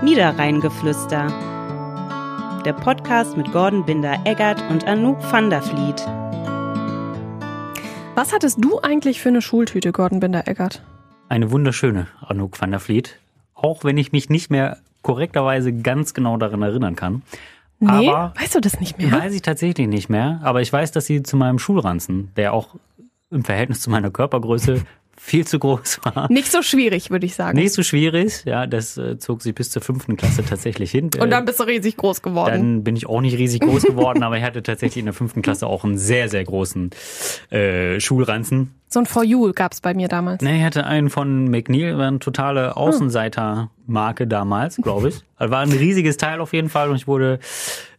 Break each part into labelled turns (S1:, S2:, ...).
S1: Niederrheingeflüster. Der Podcast mit Gordon Binder-Eggert und Anouk van der Vliet.
S2: Was hattest du eigentlich für eine Schultüte, Gordon Binder-Eggert?
S3: Eine wunderschöne Anouk van der Vliet. Auch wenn ich mich nicht mehr korrekterweise ganz genau daran erinnern kann.
S2: Nee,
S3: Aber-
S2: weißt du das nicht mehr?
S3: Weiß ich tatsächlich nicht mehr, aber ich weiß, dass sie zu meinem Schulranzen, der auch im Verhältnis zu meiner Körpergröße viel zu groß war,
S2: Nicht so schwierig, würde ich sagen.
S3: nicht so schwierig. Ja, das äh, zog sie bis zur fünften Klasse tatsächlich hin.
S2: Und dann
S3: Äh,
S2: bist du riesig groß geworden.
S3: dann bin ich auch nicht riesig groß geworden, aber ich hatte tatsächlich in der fünften Klasse auch einen sehr, sehr großen äh, Schulranzen.
S2: so ein For You gab es bei mir damals.
S3: Ne, ich hatte einen von McNeil, war eine
S2: Oh.
S3: totale Außenseitermarke damals, glaube ich. Also War ein riesiges Teil auf jeden Fall und ich wurde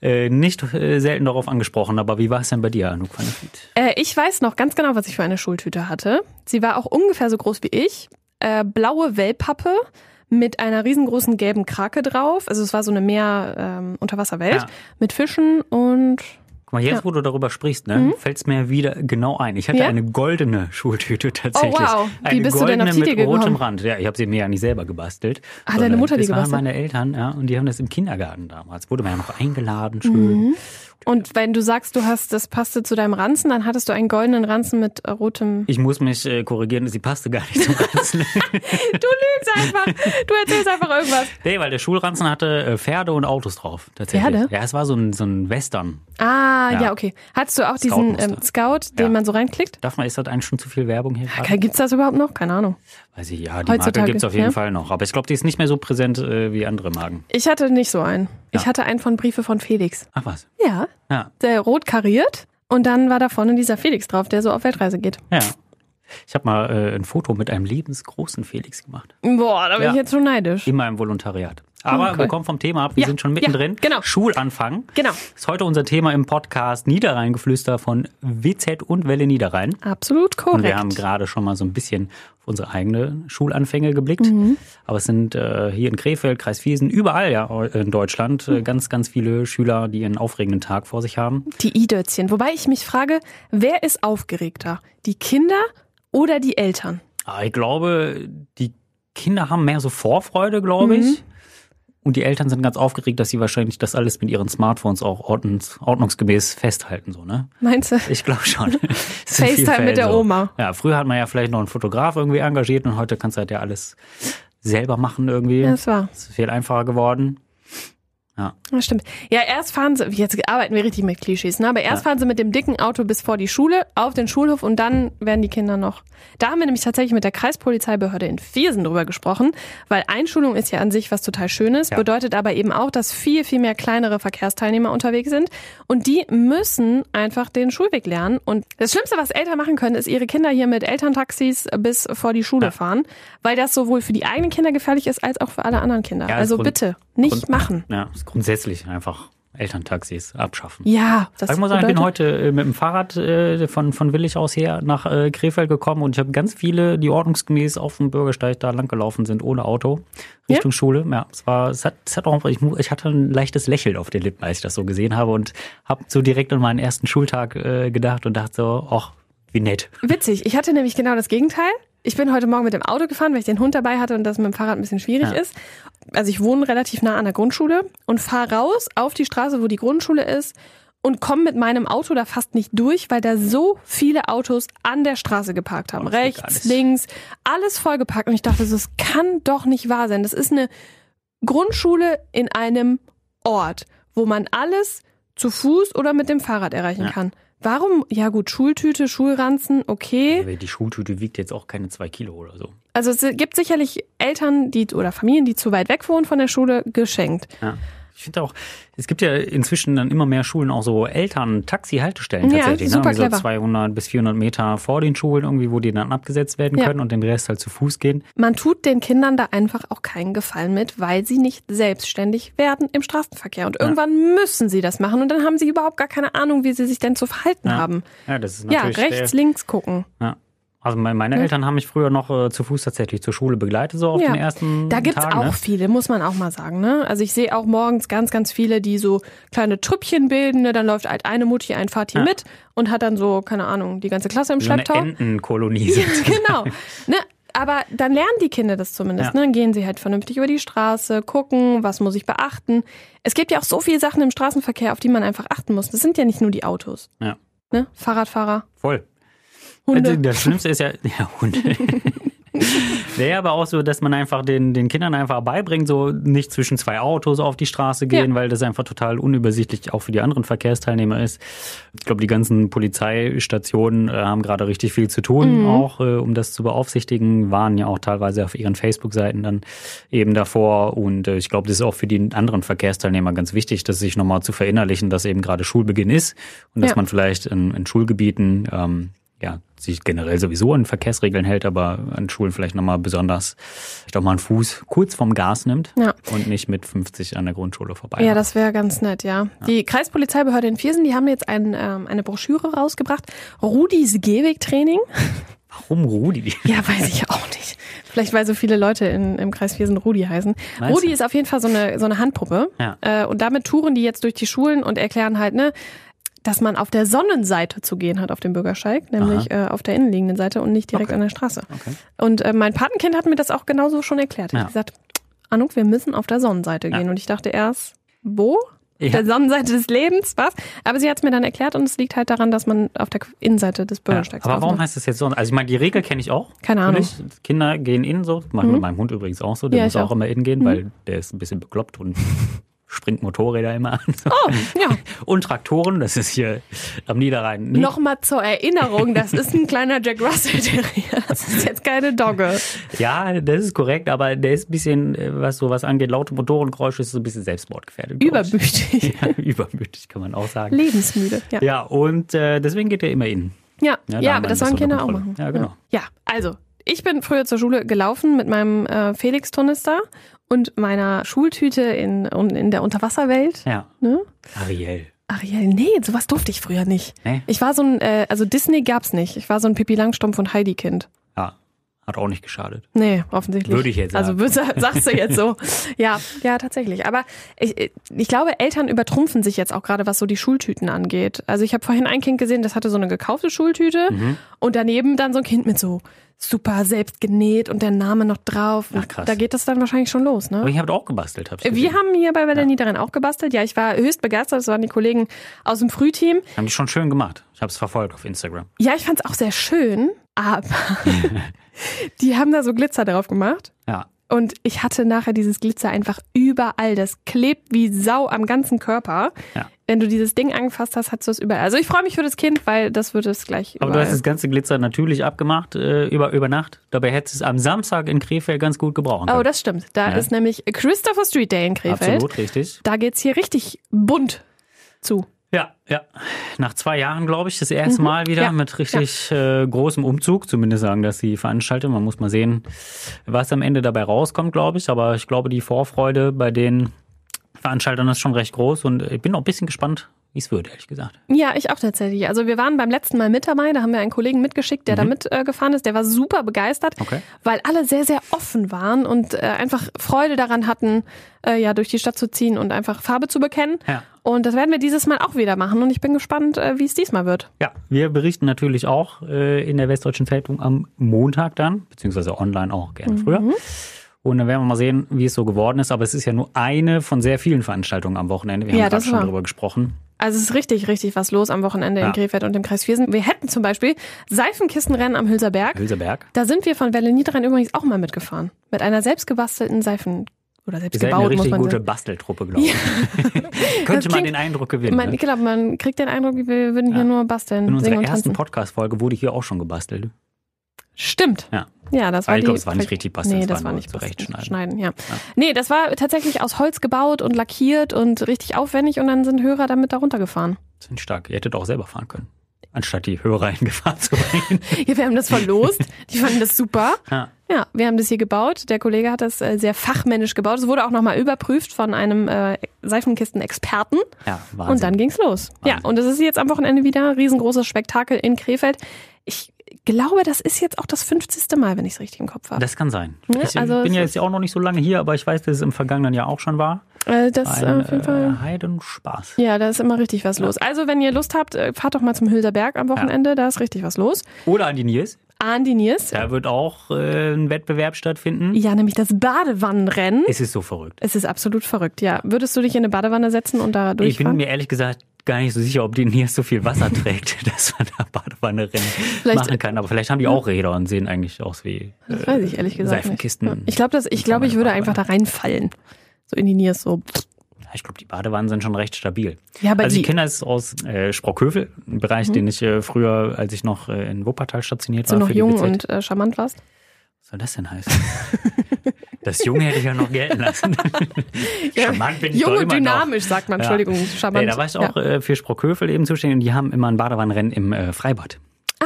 S3: äh, nicht äh, selten darauf angesprochen. Aber wie war es denn bei dir, Anouk van der Vliet?
S2: Äh, ich weiß noch ganz genau, was ich für eine Schultüte hatte. Sie war auch ungefähr so groß wie ich. Äh, blaue Wellpappe mit einer riesengroßen gelben Krake drauf. Also es war so eine Meer ähm, Unterwasserwelt
S3: Ja.
S2: mit Fischen und
S3: Guck mal, jetzt,
S2: Ja. Mhm.
S3: wo du darüber sprichst, ne, fällt es mir wieder genau ein. Ich hatte
S2: Ja?
S3: eine goldene Schultüte tatsächlich.
S2: Oh, wow. Wie
S3: eine
S2: bist du denn
S3: goldene
S2: auf die Idee
S3: mit rotem
S2: gekommen?
S3: Rand. Ja, ich habe sie mir ja nicht selber gebastelt.
S2: Ah, deine
S3: sondern
S2: Mutter die
S3: Das waren
S2: gebastelt?
S3: meine Eltern, ja, und die haben das im Kindergarten damals. Wurde man ja noch eingeladen, schön.
S2: Mhm. Und wenn du sagst, du hast, das passte zu deinem Ranzen, dann hattest du einen goldenen Ranzen mit äh, rotem.
S3: Ich muss mich äh, korrigieren, sie passte gar nicht zum Ganzen.
S2: Du lügst einfach. Du erzählst einfach irgendwas.
S3: Nee, weil der Schulranzen hatte äh, Pferde und Autos drauf. Tatsächlich.
S2: Pferde?
S3: Ja, es war so ein, so ein Western.
S2: Ah, ja,
S3: Ja.
S2: okay. Hattest du auch diesen ähm, Scout, den
S3: Ja.
S2: man so reinklickt?
S3: Darf man, ist das eigentlich schon zu viel Werbung hier? gerade?
S2: Okay, gibt's das überhaupt noch? Keine Ahnung.
S3: Weiß ich, ja, die Marke
S2: Heutzutage,
S3: gibt's auf jeden
S2: ja.
S3: Fall noch. Aber ich glaube, die ist nicht mehr so präsent äh, wie andere Marken.
S2: Ich hatte nicht so einen. Ich
S3: Ja.
S2: hatte einen von Briefe von Felix.
S3: Ach was.
S2: Ja.
S3: Ja,
S2: Der rot kariert. Und dann war da vorne dieser Felix drauf, der so auf Weltreise geht.
S3: ja. Ich habe mal äh, ein Foto mit einem lebensgroßen Felix gemacht.
S2: Boah, da bin
S3: Ja.
S2: ich jetzt schon neidisch.
S3: In meinem Volontariat. Aber
S2: Oh, cool.
S3: wir kommen vom Thema ab. Wir
S2: Ja,
S3: sind schon mittendrin.
S2: ja, genau.
S3: Schulanfang.
S2: Genau.
S3: Ist heute unser Thema im Podcast Niederrheingeflüster von WZ und Welle Niederrhein.
S2: Absolut korrekt.
S3: Und wir haben gerade schon mal so ein bisschen auf unsere eigenen Schulanfänge geblickt.
S2: Mhm.
S3: Aber es sind äh, hier in Krefeld, Kreis Viersen, überall ja in Deutschland
S2: Mhm.
S3: äh, ganz, ganz viele Schüler, die einen aufregenden Tag vor sich haben.
S2: Die I-Dötzchen. Wobei ich mich frage, wer ist aufgeregter? Die Kinder oder die Eltern?
S3: Aber Ah, ich glaube, die Kinder haben mehr so Vorfreude, glaube
S2: Mhm.
S3: ich. Und die Eltern sind ganz aufgeregt, dass sie wahrscheinlich das alles mit ihren Smartphones auch ordnungs ordnungsgemäß festhalten, so, ne?
S2: Meinst du?
S3: Ich glaube schon. Es sind viel
S2: FaceTime mit
S3: Fällen
S2: der
S3: so.
S2: Oma.
S3: Ja, früher hat man ja vielleicht noch einen Fotograf irgendwie engagiert und heute kannst du halt ja alles selber machen irgendwie.
S2: Ja, das war.
S3: Es ist viel einfacher geworden.
S2: Das stimmt. Ja, erst fahren sie, jetzt arbeiten wir richtig mit Klischees, ne? aber erst fahren sie mit dem dicken Auto bis vor die Schule, auf den Schulhof und dann werden die Kinder noch. Da haben wir nämlich tatsächlich mit der Kreispolizeibehörde in Viersen drüber gesprochen, weil Einschulung ist ja an sich was total Schönes,
S3: Ja.
S2: bedeutet aber eben auch, dass viel, viel mehr kleinere Verkehrsteilnehmer unterwegs sind und die müssen einfach den Schulweg lernen und das Schlimmste, was Eltern machen können, ist ihre Kinder hier mit Elterntaxis bis vor die Schule fahren, weil das sowohl für die eigenen Kinder gefährlich ist, als auch für alle anderen Kinder.
S3: Ja, das
S2: also
S3: Grund-
S2: bitte, nicht
S3: Grund-
S2: machen.
S3: Ja, ist grundsätzlich einfach Elterntaxis abschaffen.
S2: Ja, das
S3: Ich muss sagen, ich bin
S2: bedeutet-
S3: heute äh, mit dem Fahrrad äh, von, von Willig aus her nach äh, Krefeld gekommen und ich habe ganz viele, die ordnungsgemäß auf dem Bürgersteig da lang gelaufen sind, ohne Auto,
S2: Ja?
S3: Richtung Schule. Ja, es war, es hat, es hat auch, ich, mu- ich hatte ein leichtes Lächeln auf den Lippen, als ich das so gesehen habe und habe so direkt an meinen ersten Schultag äh, gedacht und dachte so, ach, wie nett.
S2: Witzig, ich hatte nämlich genau das Gegenteil. Ich bin heute Morgen mit dem Auto gefahren, weil ich den Hund dabei hatte und das mit dem Fahrrad ein bisschen schwierig
S3: Ja.
S2: ist. Also ich wohne relativ nah an der Grundschule und fahre raus auf die Straße, wo die Grundschule ist und komme mit meinem Auto da fast nicht durch, weil da so viele Autos an der Straße geparkt haben.
S3: Oh, das geht
S2: Rechts,
S3: alles.
S2: links, alles vollgepackt. Und ich dachte, so, das kann doch nicht wahr sein. Das ist eine Grundschule in einem Ort, wo man alles zu Fuß oder mit dem Fahrrad erreichen
S3: Ja.
S2: kann. Warum? Ja gut, Schultüte, Schulranzen, okay.
S3: Die Schultüte wiegt jetzt auch keine zwei Kilo oder so.
S2: Also es gibt sicherlich Eltern, die oder Familien, die zu weit weg wohnen von der Schule, geschenkt.
S3: Ja. Ich finde auch, es gibt ja inzwischen dann immer mehr Schulen auch so Eltern-Taxi-Haltestellen
S2: Ja,
S3: tatsächlich.
S2: super
S3: ne? Irgendwie
S2: clever.
S3: So 200 bis 400 Meter vor den Schulen irgendwie, wo die dann abgesetzt werden
S2: Ja.
S3: können und den Rest halt zu Fuß gehen.
S2: Man tut den Kindern da einfach auch keinen Gefallen mit, weil sie nicht selbstständig werden im Straßenverkehr. Und irgendwann müssen sie das machen und dann haben sie überhaupt gar keine Ahnung, wie sie sich denn zu verhalten
S3: Ja.
S2: haben.
S3: Ja, das ist
S2: Ja,
S3: natürlich
S2: rechts,
S3: sehr,
S2: links gucken.
S3: ja. Also me- meine Eltern haben mich früher noch äh, zu Fuß tatsächlich zur Schule begleitet, so auf
S2: Ja.
S3: den ersten
S2: Da gibt's
S3: Tagen,
S2: auch
S3: ne?
S2: viele, muss man auch mal sagen. Ne? Also ich sehe auch morgens ganz, ganz viele, die so kleine Trüppchen bilden. Ne? Dann läuft halt eine Mutti, ein Vati mit und hat dann so, keine Ahnung, die ganze Klasse im
S3: so eine
S2: Schlepptau.
S3: Entenkolonie. sind.
S2: genau. Ne? aber dann lernen die Kinder das zumindest.
S3: Ja.
S2: Ne? Dann gehen sie halt vernünftig über die Straße, gucken, was muss ich beachten. Es gibt ja auch so viele Sachen im Straßenverkehr, auf die man einfach achten muss. Das sind ja nicht nur die Autos.
S3: Ja.
S2: Ne? Fahrradfahrer,
S3: Voll. Also
S2: Hunde.
S3: das Schlimmste ist ja, ja Hunde. Wäre aber auch so, dass man einfach den, den Kindern einfach beibringt, so nicht zwischen zwei Autos auf die Straße gehen, weil das einfach total unübersichtlich auch für die anderen Verkehrsteilnehmer ist. Ich glaube, die ganzen Polizeistationen äh, haben gerade richtig viel zu tun,
S2: Mhm.
S3: auch äh, um das zu beaufsichtigen, waren ja auch teilweise auf ihren Facebook-Seiten dann eben davor. Und äh, ich glaube, das ist auch für die anderen Verkehrsteilnehmer ganz wichtig, das sich nochmal zu verinnerlichen, dass eben gerade Schulbeginn ist und dass
S2: Ja.
S3: man vielleicht in, in Schulgebieten ähm, ja, sich generell sowieso an Verkehrsregeln hält, aber an Schulen vielleicht nochmal besonders, ich glaube mal, einen Fuß kurz vom Gas nimmt
S2: Ja.
S3: und nicht mit 50 an der Grundschule vorbei.
S2: Ja, das wäre ganz nett, ja. Die Kreispolizeibehörde in Viersen, die haben jetzt ein, ähm, eine Broschüre rausgebracht. Rudis Gehwegtraining.
S3: Warum Rudi?
S2: Ja, weiß ich auch nicht. Vielleicht, weil so viele Leute in, im Kreis Viersen Rudi heißen.
S3: Meinst
S2: Rudi
S3: du?
S2: ist auf jeden Fall so eine, so eine Handpuppe.
S3: Ja.
S2: Äh, und damit touren die jetzt durch die Schulen und erklären halt, ne, dass man auf der Sonnenseite zu gehen hat auf dem Bürgersteig, nämlich äh, auf der innenliegenden Seite und nicht direkt
S3: Okay.
S2: an der Straße. Und äh, mein Patenkind hat mir das auch genauso schon erklärt. Er
S3: Ja.
S2: hat gesagt, Anuk, wir müssen auf der Sonnenseite
S3: Ja.
S2: gehen. Und ich dachte erst, wo?
S3: Ja.
S2: Der Sonnenseite des Lebens, was? Aber sie hat es mir dann erklärt und es liegt halt daran, dass man auf der Innenseite des
S3: Ja,
S2: Bürgersteigs
S3: aber warum
S2: aufmacht.
S3: heißt das jetzt so? Also ich meine, die Regel kenne ich auch.
S2: ne? Keine Ahnung. Mhm.
S3: Natürlich. Kinder gehen innen so, machen mit meinem Hund übrigens auch so, der
S2: Ja,
S3: muss
S2: ich
S3: auch,
S2: auch. Mhm.
S3: immer innen gehen, weil der ist ein bisschen bekloppt und springt Motorräder immer an.
S2: Oh, ja.
S3: Und Traktoren, das ist hier am Niederrhein. nie-
S2: Nochmal zur Erinnerung, das ist ein kleiner Jack Russell Terrier. Das ist jetzt keine Dogge.
S3: Oh, Ja, das ist korrekt, aber der ist ein bisschen, äh, was sowas angeht, laute Motorengeräusche ist so ein bisschen selbstmordgefährdet. glaub ich.
S2: Übermütig.
S3: Ja, übermütig kann man auch sagen.
S2: Lebensmüde. Ja, ja,
S3: Ja, und äh, deswegen geht er immer innen.
S2: ja,
S3: Ja, da haben
S2: aber
S3: wir
S2: das
S3: ein
S2: sollen
S3: bisschen
S2: Kinder auch
S3: unter
S2: machen.
S3: Kontrolle. Ja, genau.
S2: Ja, also, ich bin früher zur Schule gelaufen mit meinem äh, Felix-Tornister und meiner Schultüte in, un- in der Unterwasserwelt.
S3: Ja.
S2: Ne?
S3: Ariel. ne?
S2: Ariel, nee, sowas durfte ich früher nicht.
S3: Nee.
S2: Ich war so ein, äh, also Disney gab's nicht. Ich war so ein Pippi Langstrumpf und Heidi-Kind.
S3: Ja, hat auch nicht geschadet.
S2: Nee, offensichtlich.
S3: Würde ich jetzt
S2: Also
S3: sagen.
S2: würd- sagst du jetzt so. Ja, ja, tatsächlich. Aber ich, ich glaube, Eltern übertrumpfen sich jetzt auch gerade, was so die Schultüten angeht. Also ich habe vorhin ein Kind gesehen, das hatte so eine gekaufte Schultüte
S3: Mhm.
S2: und daneben dann so ein Kind mit so super selbst genäht und der Name noch drauf.
S3: Ach,
S2: Und
S3: krass.
S2: Da geht das dann wahrscheinlich schon los, ne?
S3: Aber ihr habt auch gebastelt, habt
S2: Wir haben hier bei Welle Niederrhein auch gebastelt. Ja, ich war höchst begeistert. Das waren die Kollegen aus dem Frühteam.
S3: Haben die schon schön gemacht. Ich habe es verfolgt auf Instagram.
S2: Ja, ich fand's auch sehr schön, aber die haben da so Glitzer drauf gemacht.
S3: Ja.
S2: Und ich hatte nachher dieses Glitzer einfach überall. Das klebt wie Sau am ganzen Körper.
S3: Ja.
S2: Wenn du dieses Ding angefasst hast, hast du es überall. Also ich freue mich für das Kind, weil das wird es gleich
S3: Aber
S2: überall.
S3: du hast das ganze Glitzer natürlich abgemacht äh, über, über Nacht. Dabei hättest du es am Samstag in Krefeld ganz gut gebrauchen können.
S2: oh, das stimmt. Da
S3: Ja.
S2: ist nämlich Christopher Street Day in Krefeld.
S3: Absolut richtig.
S2: Da geht's hier richtig bunt zu.
S3: Ja, ja. Nach zwei Jahren, glaube ich, das erste Mal wieder
S2: Mhm. Ja,
S3: mit richtig äh, großem Umzug, zumindest sagen das die Veranstalter. Man muss mal sehen, was am Ende dabei rauskommt, glaube ich. Aber ich glaube, die Vorfreude bei den Veranstaltern ist schon recht groß und ich bin noch ein bisschen gespannt, wie es wird, ehrlich gesagt.
S2: Ja, ich auch tatsächlich. Also wir waren beim letzten Mal mit dabei, da haben wir einen Kollegen mitgeschickt, der da mitgefahren ist. Der war super begeistert,
S3: Mhm. Okay.
S2: weil alle sehr, sehr offen waren und äh, einfach Freude daran hatten, äh, ja, durch die Stadt zu ziehen und einfach Farbe zu bekennen.
S3: Ja.
S2: Und das werden wir dieses Mal auch wieder machen und ich bin gespannt, äh, wie es diesmal wird.
S3: Ja, wir berichten natürlich auch äh, in der Westdeutschen Zeitung am Montag dann, beziehungsweise online auch
S2: Mhm.
S3: gerne früher. Und dann werden wir mal sehen, wie es so geworden ist. Aber es ist ja nur eine von sehr vielen Veranstaltungen am Wochenende. Wir
S2: Ja,
S3: haben gerade
S2: das
S3: schon
S2: war-
S3: darüber gesprochen.
S2: Also es ist richtig, richtig was los am Wochenende
S3: Ja.
S2: in Krefeld und im Kreis Viersen. Wir hätten zum Beispiel Seifenkistenrennen am Hülser Berg.
S3: Hülseberg.
S2: Da sind wir von Welle Niederrhein übrigens auch mal mitgefahren. Mit einer selbstgebastelten Seifen- oder
S3: Ihr seid eine
S2: selbstgebaut, muss
S3: richtig
S2: man
S3: gute
S2: sagen.
S3: Basteltruppe, glaube ich. Könnte
S2: Das
S3: man
S2: klingt-
S3: den Eindruck gewinnen.
S2: Man,
S3: ne?
S2: ich glaube, man kriegt den Eindruck, wir würden hier
S3: Ja.
S2: nur basteln,
S3: In
S2: singen
S3: unserer
S2: und
S3: ersten
S2: tanzen.
S3: Podcast-Folge wurde hier auch schon gebastelt.
S2: Stimmt.
S3: Ja.
S2: Ja, das war
S3: Aber Ah, ich
S2: die-
S3: glaube, es war nicht richtig basteln,
S2: Nee,
S3: es
S2: das
S3: war
S2: war
S3: nur
S2: nicht
S3: zurechtschneiden.
S2: Schneiden, ja. Nee, das war tatsächlich aus Holz gebaut und lackiert und richtig aufwendig und dann sind Hörer damit da runtergefahren.
S3: Das Sind stark. Ihr hättet auch selber fahren können. Anstatt die Hörer in Gefahr zu bringen.
S2: Ja, wir haben das verlost. Die fanden das super.
S3: Ja.
S2: Ja, wir haben das hier gebaut. Der Kollege hat das äh, sehr fachmännisch gebaut. Es wurde auch nochmal überprüft von einem äh, Seifenkistenexperten.
S3: ja, Wahnsinn.
S2: Und dann ging's los. Ja,
S3: Wahnsinn.
S2: und es ist jetzt am Wochenende wieder ein riesengroßes Spektakel in Krefeld. Ich glaube, das ist jetzt auch das 50. Mal, wenn ich es richtig im Kopf habe.
S3: das kann sein.
S2: Ja,
S3: Ich
S2: also
S3: bin
S2: es
S3: ja
S2: ist-
S3: jetzt auch noch nicht so lange hier, aber ich weiß, dass es im vergangenen Jahr auch schon war.
S2: Äh, das äh,
S3: Ein
S2: auf jeden
S3: äh,
S2: Fall.
S3: Heidenspaß.
S2: Ja, da ist immer richtig was los. Also, wenn ihr Lust habt, äh, fahrt doch mal zum Hülserberg am Wochenende, da ist richtig was los.
S3: Oder an die Nils.
S2: Arndiniers.
S3: Da wird auch äh, ein Wettbewerb stattfinden.
S2: Ja, nämlich das Badewannenrennen.
S3: Es ist so verrückt.
S2: Es ist absolut verrückt, ja. Würdest du dich in eine Badewanne setzen und da
S3: Ich bin
S2: durchfahren?
S3: mir ehrlich gesagt gar nicht so sicher, ob die hier so viel Wasser trägt, dass man da Badewanne rennen
S2: Vielleicht-
S3: machen kann. Aber vielleicht haben die auch Räder und sehen eigentlich aus wie äh,
S2: das weiß ich ehrlich gesagt
S3: Seifenkisten.
S2: nicht. Ja. Ich glaube, ich, glaub, ich würde einfach da reinfallen. So in die Niers so.
S3: Ich glaube, die Badewannen sind schon recht stabil.
S2: Ja, aber
S3: also
S2: die,
S3: ich kenne das aus äh, Sprockhövel, ein Bereich, den ich äh, früher, als ich noch äh, in Wuppertal stationiert
S2: als du
S3: war,
S2: noch
S3: für die
S2: jung
S3: BZ.
S2: und äh, charmant warst.
S3: Was soll das denn heißen? das Junge hätte ich ja noch gelten lassen. Charmant bin ich
S2: jung
S3: doch
S2: und
S3: immer noch.
S2: dynamisch, sagt man.
S3: Ja.
S2: Entschuldigung, charmant.
S3: Nee, da war ich
S2: Ja.
S3: auch äh, für Sprockhövel eben zuständig und die haben immer ein Badewannenrennen im äh, Freibad.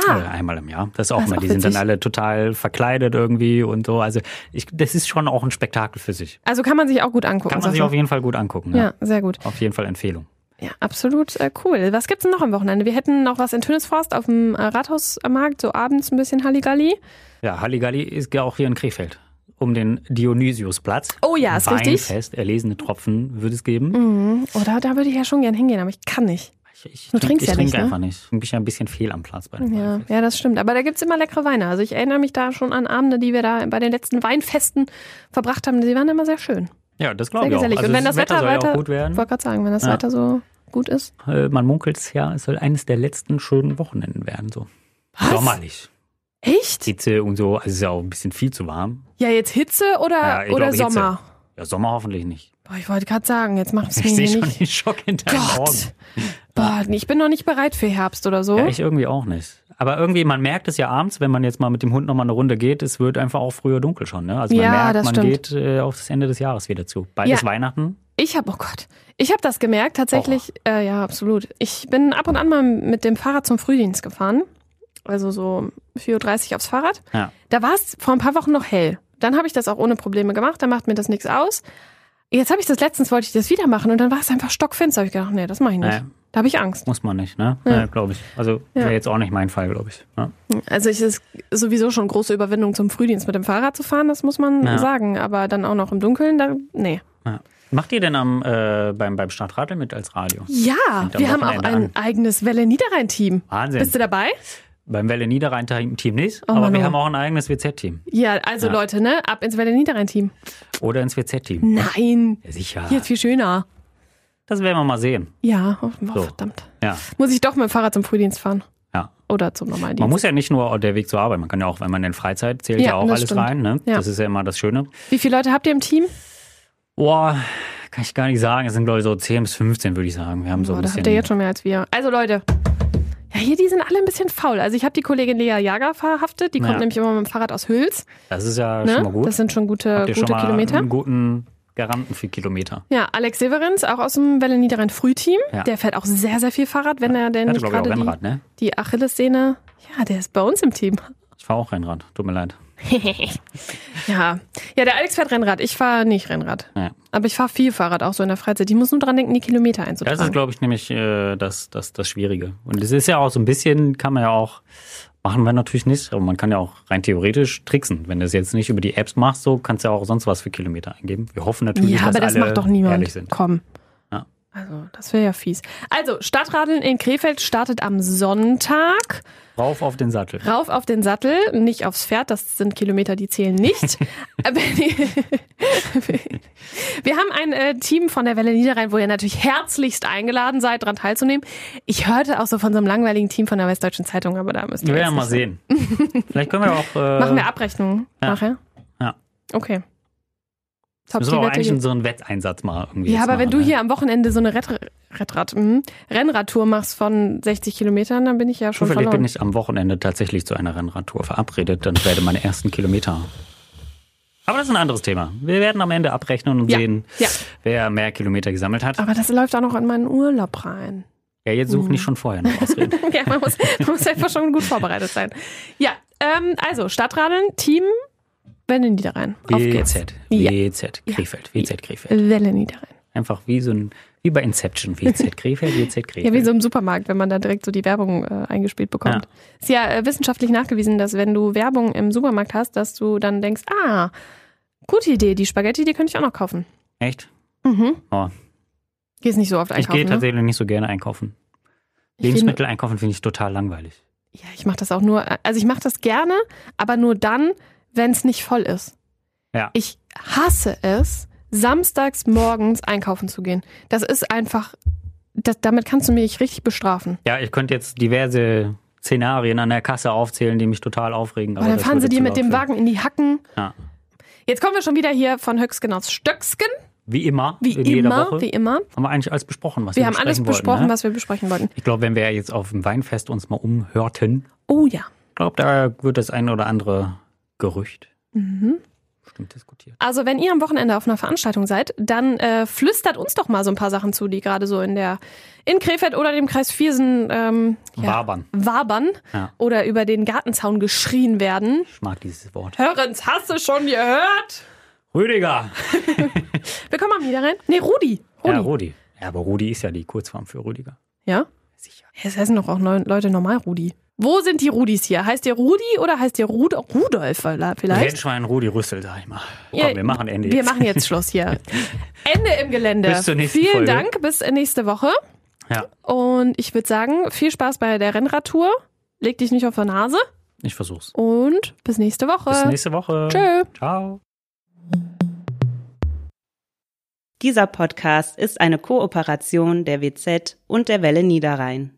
S2: Ah.
S3: Äh, einmal im Jahr. Das ist auch
S2: Das ist
S3: immer.
S2: auch
S3: die sind dann
S2: witzig.
S3: alle total verkleidet irgendwie und so. Also ich, das ist schon auch ein Spektakel für sich.
S2: Also kann man sich auch gut angucken.
S3: Kann man sich
S2: sagst
S3: auf jeden Fall gut angucken.
S2: du?
S3: Ja.
S2: ja, sehr gut.
S3: Auf jeden Fall Empfehlung.
S2: Ja, absolut äh, cool. Was gibt's denn noch am Wochenende? Wir hätten noch was in Tönesforst auf dem äh, Rathausmarkt, so abends ein bisschen Halligalli.
S3: Ja, Halligalli ist ja auch hier in Krefeld. Um den Dionysiusplatz.
S2: Oh ja, ist richtig. Mhm.
S3: Weinfest, erlesene Tropfen würde es geben.
S2: Oder da würde ich ja schon gern hingehen, aber ich kann nicht.
S3: Ich, ich,
S2: Du
S3: trink-
S2: trinkst
S3: ich
S2: ja
S3: trinke
S2: nicht, ne?
S3: einfach nicht. Ich bin ja ein bisschen fehl am Platz bei dem
S2: Ja,
S3: Weinfest.
S2: ja, das stimmt. Aber da gibt's immer leckere Weine. Also ich erinnere mich da schon an Abende, die wir da bei den letzten Weinfesten verbracht haben. Die waren immer sehr schön.
S3: Ja, das
S2: Sehr
S3: glaube ich auch.
S2: gesellig.
S3: Also
S2: Und wenn das Wetter,
S3: soll ja
S2: weiter,
S3: auch gut werden.
S2: wollte gerade sagen, wenn das
S3: Mhm. Ja.
S2: Wetter so gut ist.
S3: Äh, man munkelt es ja, es soll eines der letzten schönen Wochenenden werden. So.
S2: Was?
S3: Sommerlich.
S2: Echt?
S3: Hitze und so. Also es ist ja auch ein bisschen viel zu warm.
S2: Ja, jetzt Hitze
S3: Ja,
S2: oder,
S3: ich
S2: Äh, oder
S3: glaube, Hitze.
S2: Sommer?
S3: Ja, Sommer hoffentlich nicht.
S2: Boah, ich wollte gerade sagen, jetzt macht's mir
S3: Ich sehe
S2: hier
S3: schon
S2: nicht.
S3: den Schock in deinen Augen.
S2: Gott. Boah, nee, ich bin noch nicht bereit für Herbst oder so.
S3: Ja, ich irgendwie auch nicht. Aber irgendwie, man merkt es ja abends, wenn man jetzt mal mit dem Hund nochmal eine Runde geht, es wird einfach auch früher dunkel schon. Ne? Also man
S2: Ja,
S3: merkt,
S2: das
S3: man
S2: stimmt.
S3: geht äh, auf das Ende des Jahres wieder zu. Beides
S2: Ja.
S3: Weihnachten.
S2: Ich habe, oh Gott, ich habe das gemerkt tatsächlich. Äh, ja, absolut. Ich bin ab und an mal mit dem Fahrrad zum Frühdienst gefahren. Also so 4.30 Uhr aufs Fahrrad.
S3: Ja.
S2: Da war es vor ein paar Wochen noch hell. Dann habe ich das auch ohne Probleme gemacht. Dann macht mir das nichts aus. Jetzt habe ich das letztens, wollte ich das wieder machen und dann war es einfach stockfinster. Da habe ich gedacht, nee, das mache ich nicht.
S3: Ja.
S2: Da habe ich Angst.
S3: Muss man nicht, ne?
S2: Ja.
S3: Ja. glaube ich. Also wäre
S2: Ja.
S3: jetzt auch nicht mein Fall, glaube ich. ne? Ja.
S2: Also es ist sowieso schon große Überwindung, zum Frühdienst mit dem Fahrrad zu fahren, das muss man
S3: Ja.
S2: sagen. Aber dann auch noch im Dunkeln, da, nee.
S3: Ja. Macht ihr denn am, äh, beim, beim Stadtradel mit als Radio?
S2: Ja,
S3: Fängt am
S2: wir haben auch
S3: Wochenende
S2: ein
S3: an.
S2: eigenes Welle-Niederrhein-Team.
S3: Wahnsinn.
S2: Bist du dabei?
S3: beim Welle Niederrhein-Team nicht,
S2: Oh
S3: aber
S2: Mann,
S3: wir
S2: oh.
S3: haben auch ein eigenes WZ-Team.
S2: Ja, also
S3: Ja.
S2: Leute, ne? Ab ins Welle Niederrhein-Team.
S3: Oder ins WZ-Team.
S2: Nein.
S3: Ja, sicher.
S2: Hier ist viel schöner.
S3: Das werden wir mal sehen.
S2: Ja, oh, oh,
S3: So.
S2: verdammt.
S3: Ja,
S2: Muss ich doch mit dem Fahrrad zum Frühdienst fahren.
S3: ja.
S2: Oder zum normalen
S3: Man
S2: Dienst.
S3: muss ja nicht nur der Weg zur Arbeit, man kann ja auch, wenn man in Freizeit zählt, ja,
S2: Ja,
S3: auch
S2: das
S3: alles
S2: stimmt.
S3: rein. Ne?
S2: Ja.
S3: Das ist ja immer das Schöne.
S2: Wie viele Leute habt ihr im Team? Oh,
S3: Boah, kann ich gar nicht sagen. Es sind, glaube ich, so 10 bis 15, würde ich sagen. Wir haben so
S2: Boah,
S3: ein
S2: da
S3: bisschen.
S2: habt ihr jetzt schon mehr als wir. Also Leute. Ja, hier, die sind alle ein bisschen faul. Also ich habe die Kollegin Lea Jager verhaftet. Die kommt
S3: Ja.
S2: nämlich immer mit dem Fahrrad aus Hüls.
S3: das ist ja
S2: Ne?
S3: schon mal gut.
S2: Das sind schon gute,
S3: Habt ihr
S2: gute
S3: schon mal
S2: Kilometer.
S3: einen guten Garanten für Kilometer.
S2: Ja, Alex Severins, auch aus dem Welle Niederrhein Frühteam.
S3: Ja.
S2: Der fährt auch sehr, sehr viel Fahrrad, wenn er denn
S3: Ich hatte,
S2: nicht
S3: glaube ich, auch
S2: gerade die,
S3: Rennrad, ne?
S2: die Achillessehne... Ja, der ist bei uns im Team.
S3: Ich fahre auch Rennrad, tut mir leid.
S2: Ja. ja, der Alex fährt Rennrad. Ich fahre nicht Rennrad.
S3: Ja.
S2: Aber ich fahre viel Fahrrad auch so in der Freizeit. Ich muss nur dran denken, die Kilometer einzutragen.
S3: Das ist, glaube ich, nämlich äh, das, das, das Schwierige. Und es ist ja auch so ein bisschen, kann man ja auch, machen wir natürlich nicht, aber man kann ja auch rein theoretisch tricksen. Wenn du es jetzt nicht über die Apps machst, so kannst du ja auch sonst was für Kilometer eingeben. Wir hoffen natürlich,
S2: ja,
S3: dass
S2: aber das
S3: alle
S2: macht doch niemand.
S3: ehrlich sind.
S2: Komm.
S3: Ja.
S2: Also, das wäre ja fies. Also, Stadtradeln in Krefeld startet am Sonntag.
S3: Rauf auf den Sattel.
S2: Rauf auf den Sattel, nicht aufs Pferd. Das sind Kilometer, die zählen nicht. Aber Wir haben ein äh, Team von der Welle Niederrhein, wo ihr natürlich herzlichst eingeladen seid, daran teilzunehmen. Ich hörte auch so von so einem langweiligen Team von der Westdeutschen Zeitung, aber da müsst ihr
S3: Wir werden
S2: jetzt
S3: mal
S2: nicht-
S3: sehen. Vielleicht können wir auch. Äh,
S2: Machen wir Abrechnungen
S3: ja.
S2: nachher?
S3: Ja.
S2: Okay. Top
S3: Müssen
S2: die
S3: wir auch
S2: Wette
S3: eigentlich
S2: hier.
S3: so einen Wetteinsatz mal irgendwie.
S2: Ja,
S3: jetzt
S2: aber wenn du
S3: machen, ne?
S2: hier am Wochenende so eine Rettra- Rettrad, mhm, Rennradtour machst von 60 Kilometern, dann bin ich ja schon
S3: Zufällig
S2: verloren.
S3: bin ich am Wochenende tatsächlich zu einer Rennradtour verabredet, dann werde meine ersten Kilometer. Aber das ist ein anderes Thema. Wir werden am Ende abrechnen und
S2: Ja.
S3: sehen,
S2: Ja.
S3: wer mehr Kilometer gesammelt hat.
S2: aber das läuft auch noch in meinen Urlaub rein.
S3: Ja, jetzt such
S2: Mhm.
S3: nicht schon vorher noch Ausreden.
S2: ja, man muss, man muss einfach schon gut vorbereitet sein. Ja, ähm, also Stadtradeln, Team, Welle Niederrhein. Auf geht's.
S3: WZ,
S2: Ja.
S3: WZ, Krefeld, WZ, Krefeld.
S2: Welle Niederrhein.
S3: Einfach wie so ein, wie bei Inception, WZ, Krefeld, WZ, Krefeld.
S2: Ja, wie so im Supermarkt, wenn man da direkt so die Werbung äh, eingespielt bekommt.
S3: Ja.
S2: Ist ja äh, wissenschaftlich nachgewiesen, dass wenn du Werbung im Supermarkt hast, dass du dann denkst, ah, gute Idee, die Spaghetti, die könnte ich auch noch kaufen.
S3: Echt?
S2: Mhm.
S3: Oh.
S2: Gehst nicht so oft
S3: Ich
S2: einkaufen.
S3: gehe
S2: ne?
S3: tatsächlich nicht so gerne einkaufen.
S2: Ich geh-
S3: Lebensmittel einkaufen finde ich total langweilig.
S2: Ja, ich mache das auch nur, also ich mache das gerne, aber nur dann, wenn es nicht voll ist.
S3: Ja.
S2: Ich hasse es, samstags morgens einkaufen zu gehen. Das ist einfach, das, damit kannst du mich richtig bestrafen.
S3: Ja, ich könnte jetzt diverse Szenarien an der Kasse aufzählen, die mich total aufregen.
S2: Aber dann
S3: das
S2: fahren sie
S3: würde
S2: dir
S3: zu
S2: mit
S3: laut
S2: dem
S3: führen.
S2: Wagen in die Hacken.
S3: Ja.
S2: Jetzt kommen wir schon wieder hier von Höchsken aufs Stöcksken,
S3: Wie immer,
S2: wie
S3: in jeder
S2: immer,
S3: Woche.
S2: wie immer.
S3: haben wir eigentlich alles besprochen, was wir,
S2: Wir haben alles
S3: besprechen
S2: besprochen,
S3: wollten, ne?
S2: was wir besprechen wollten.
S3: Ich glaube, wenn wir jetzt auf dem Weinfest uns mal umhörten,
S2: Oh ja.
S3: glaube, da wird das ein oder andere Gerücht
S2: Mhm.
S3: bestimmt diskutiert.
S2: Also wenn ihr am Wochenende auf einer Veranstaltung seid, dann äh, flüstert uns doch mal so ein paar Sachen zu, die gerade so in der in Krefeld oder dem Kreis Viersen ähm,
S3: Wabern.
S2: wabern
S3: Ja.
S2: oder über den Gartenzaun geschrien werden.
S3: Ich mag dieses Wort.
S2: Hörens, hast du schon gehört?
S3: Rüdiger!
S2: Wir kommen mal wieder rein. Nee, Rudi. Rudi.
S3: Ja, Rudi. Ja, aber Rudi ist ja die Kurzform für Rüdiger.
S2: Ja?
S3: Sicher.
S2: Es heißen doch auch neu- Leute normal Rudi. Wo sind die Rudis hier? Heißt ihr Rudi oder heißt ihr Rud Rudolf äh, vielleicht?
S3: Rennschwein Rudi Rüssel, sag ich mal. Komm,
S2: Ja,
S3: wir machen Ende
S2: Wir
S3: jetzt.
S2: machen jetzt Schluss hier. Ende im Gelände.
S3: Bis zur nächsten
S2: Vielen
S3: Folge.
S2: Dank, bis nächste Woche.
S3: Ja,
S2: Und ich würde sagen, viel Spaß bei der Rennradtour. Leg dich nicht auf die Nase
S3: ich versuch's.
S2: und bis nächste Woche.
S3: Bis nächste Woche.
S2: Tschö.
S3: Ciao.
S1: Dieser Podcast ist eine Kooperation der WZ und der Welle Niederrhein.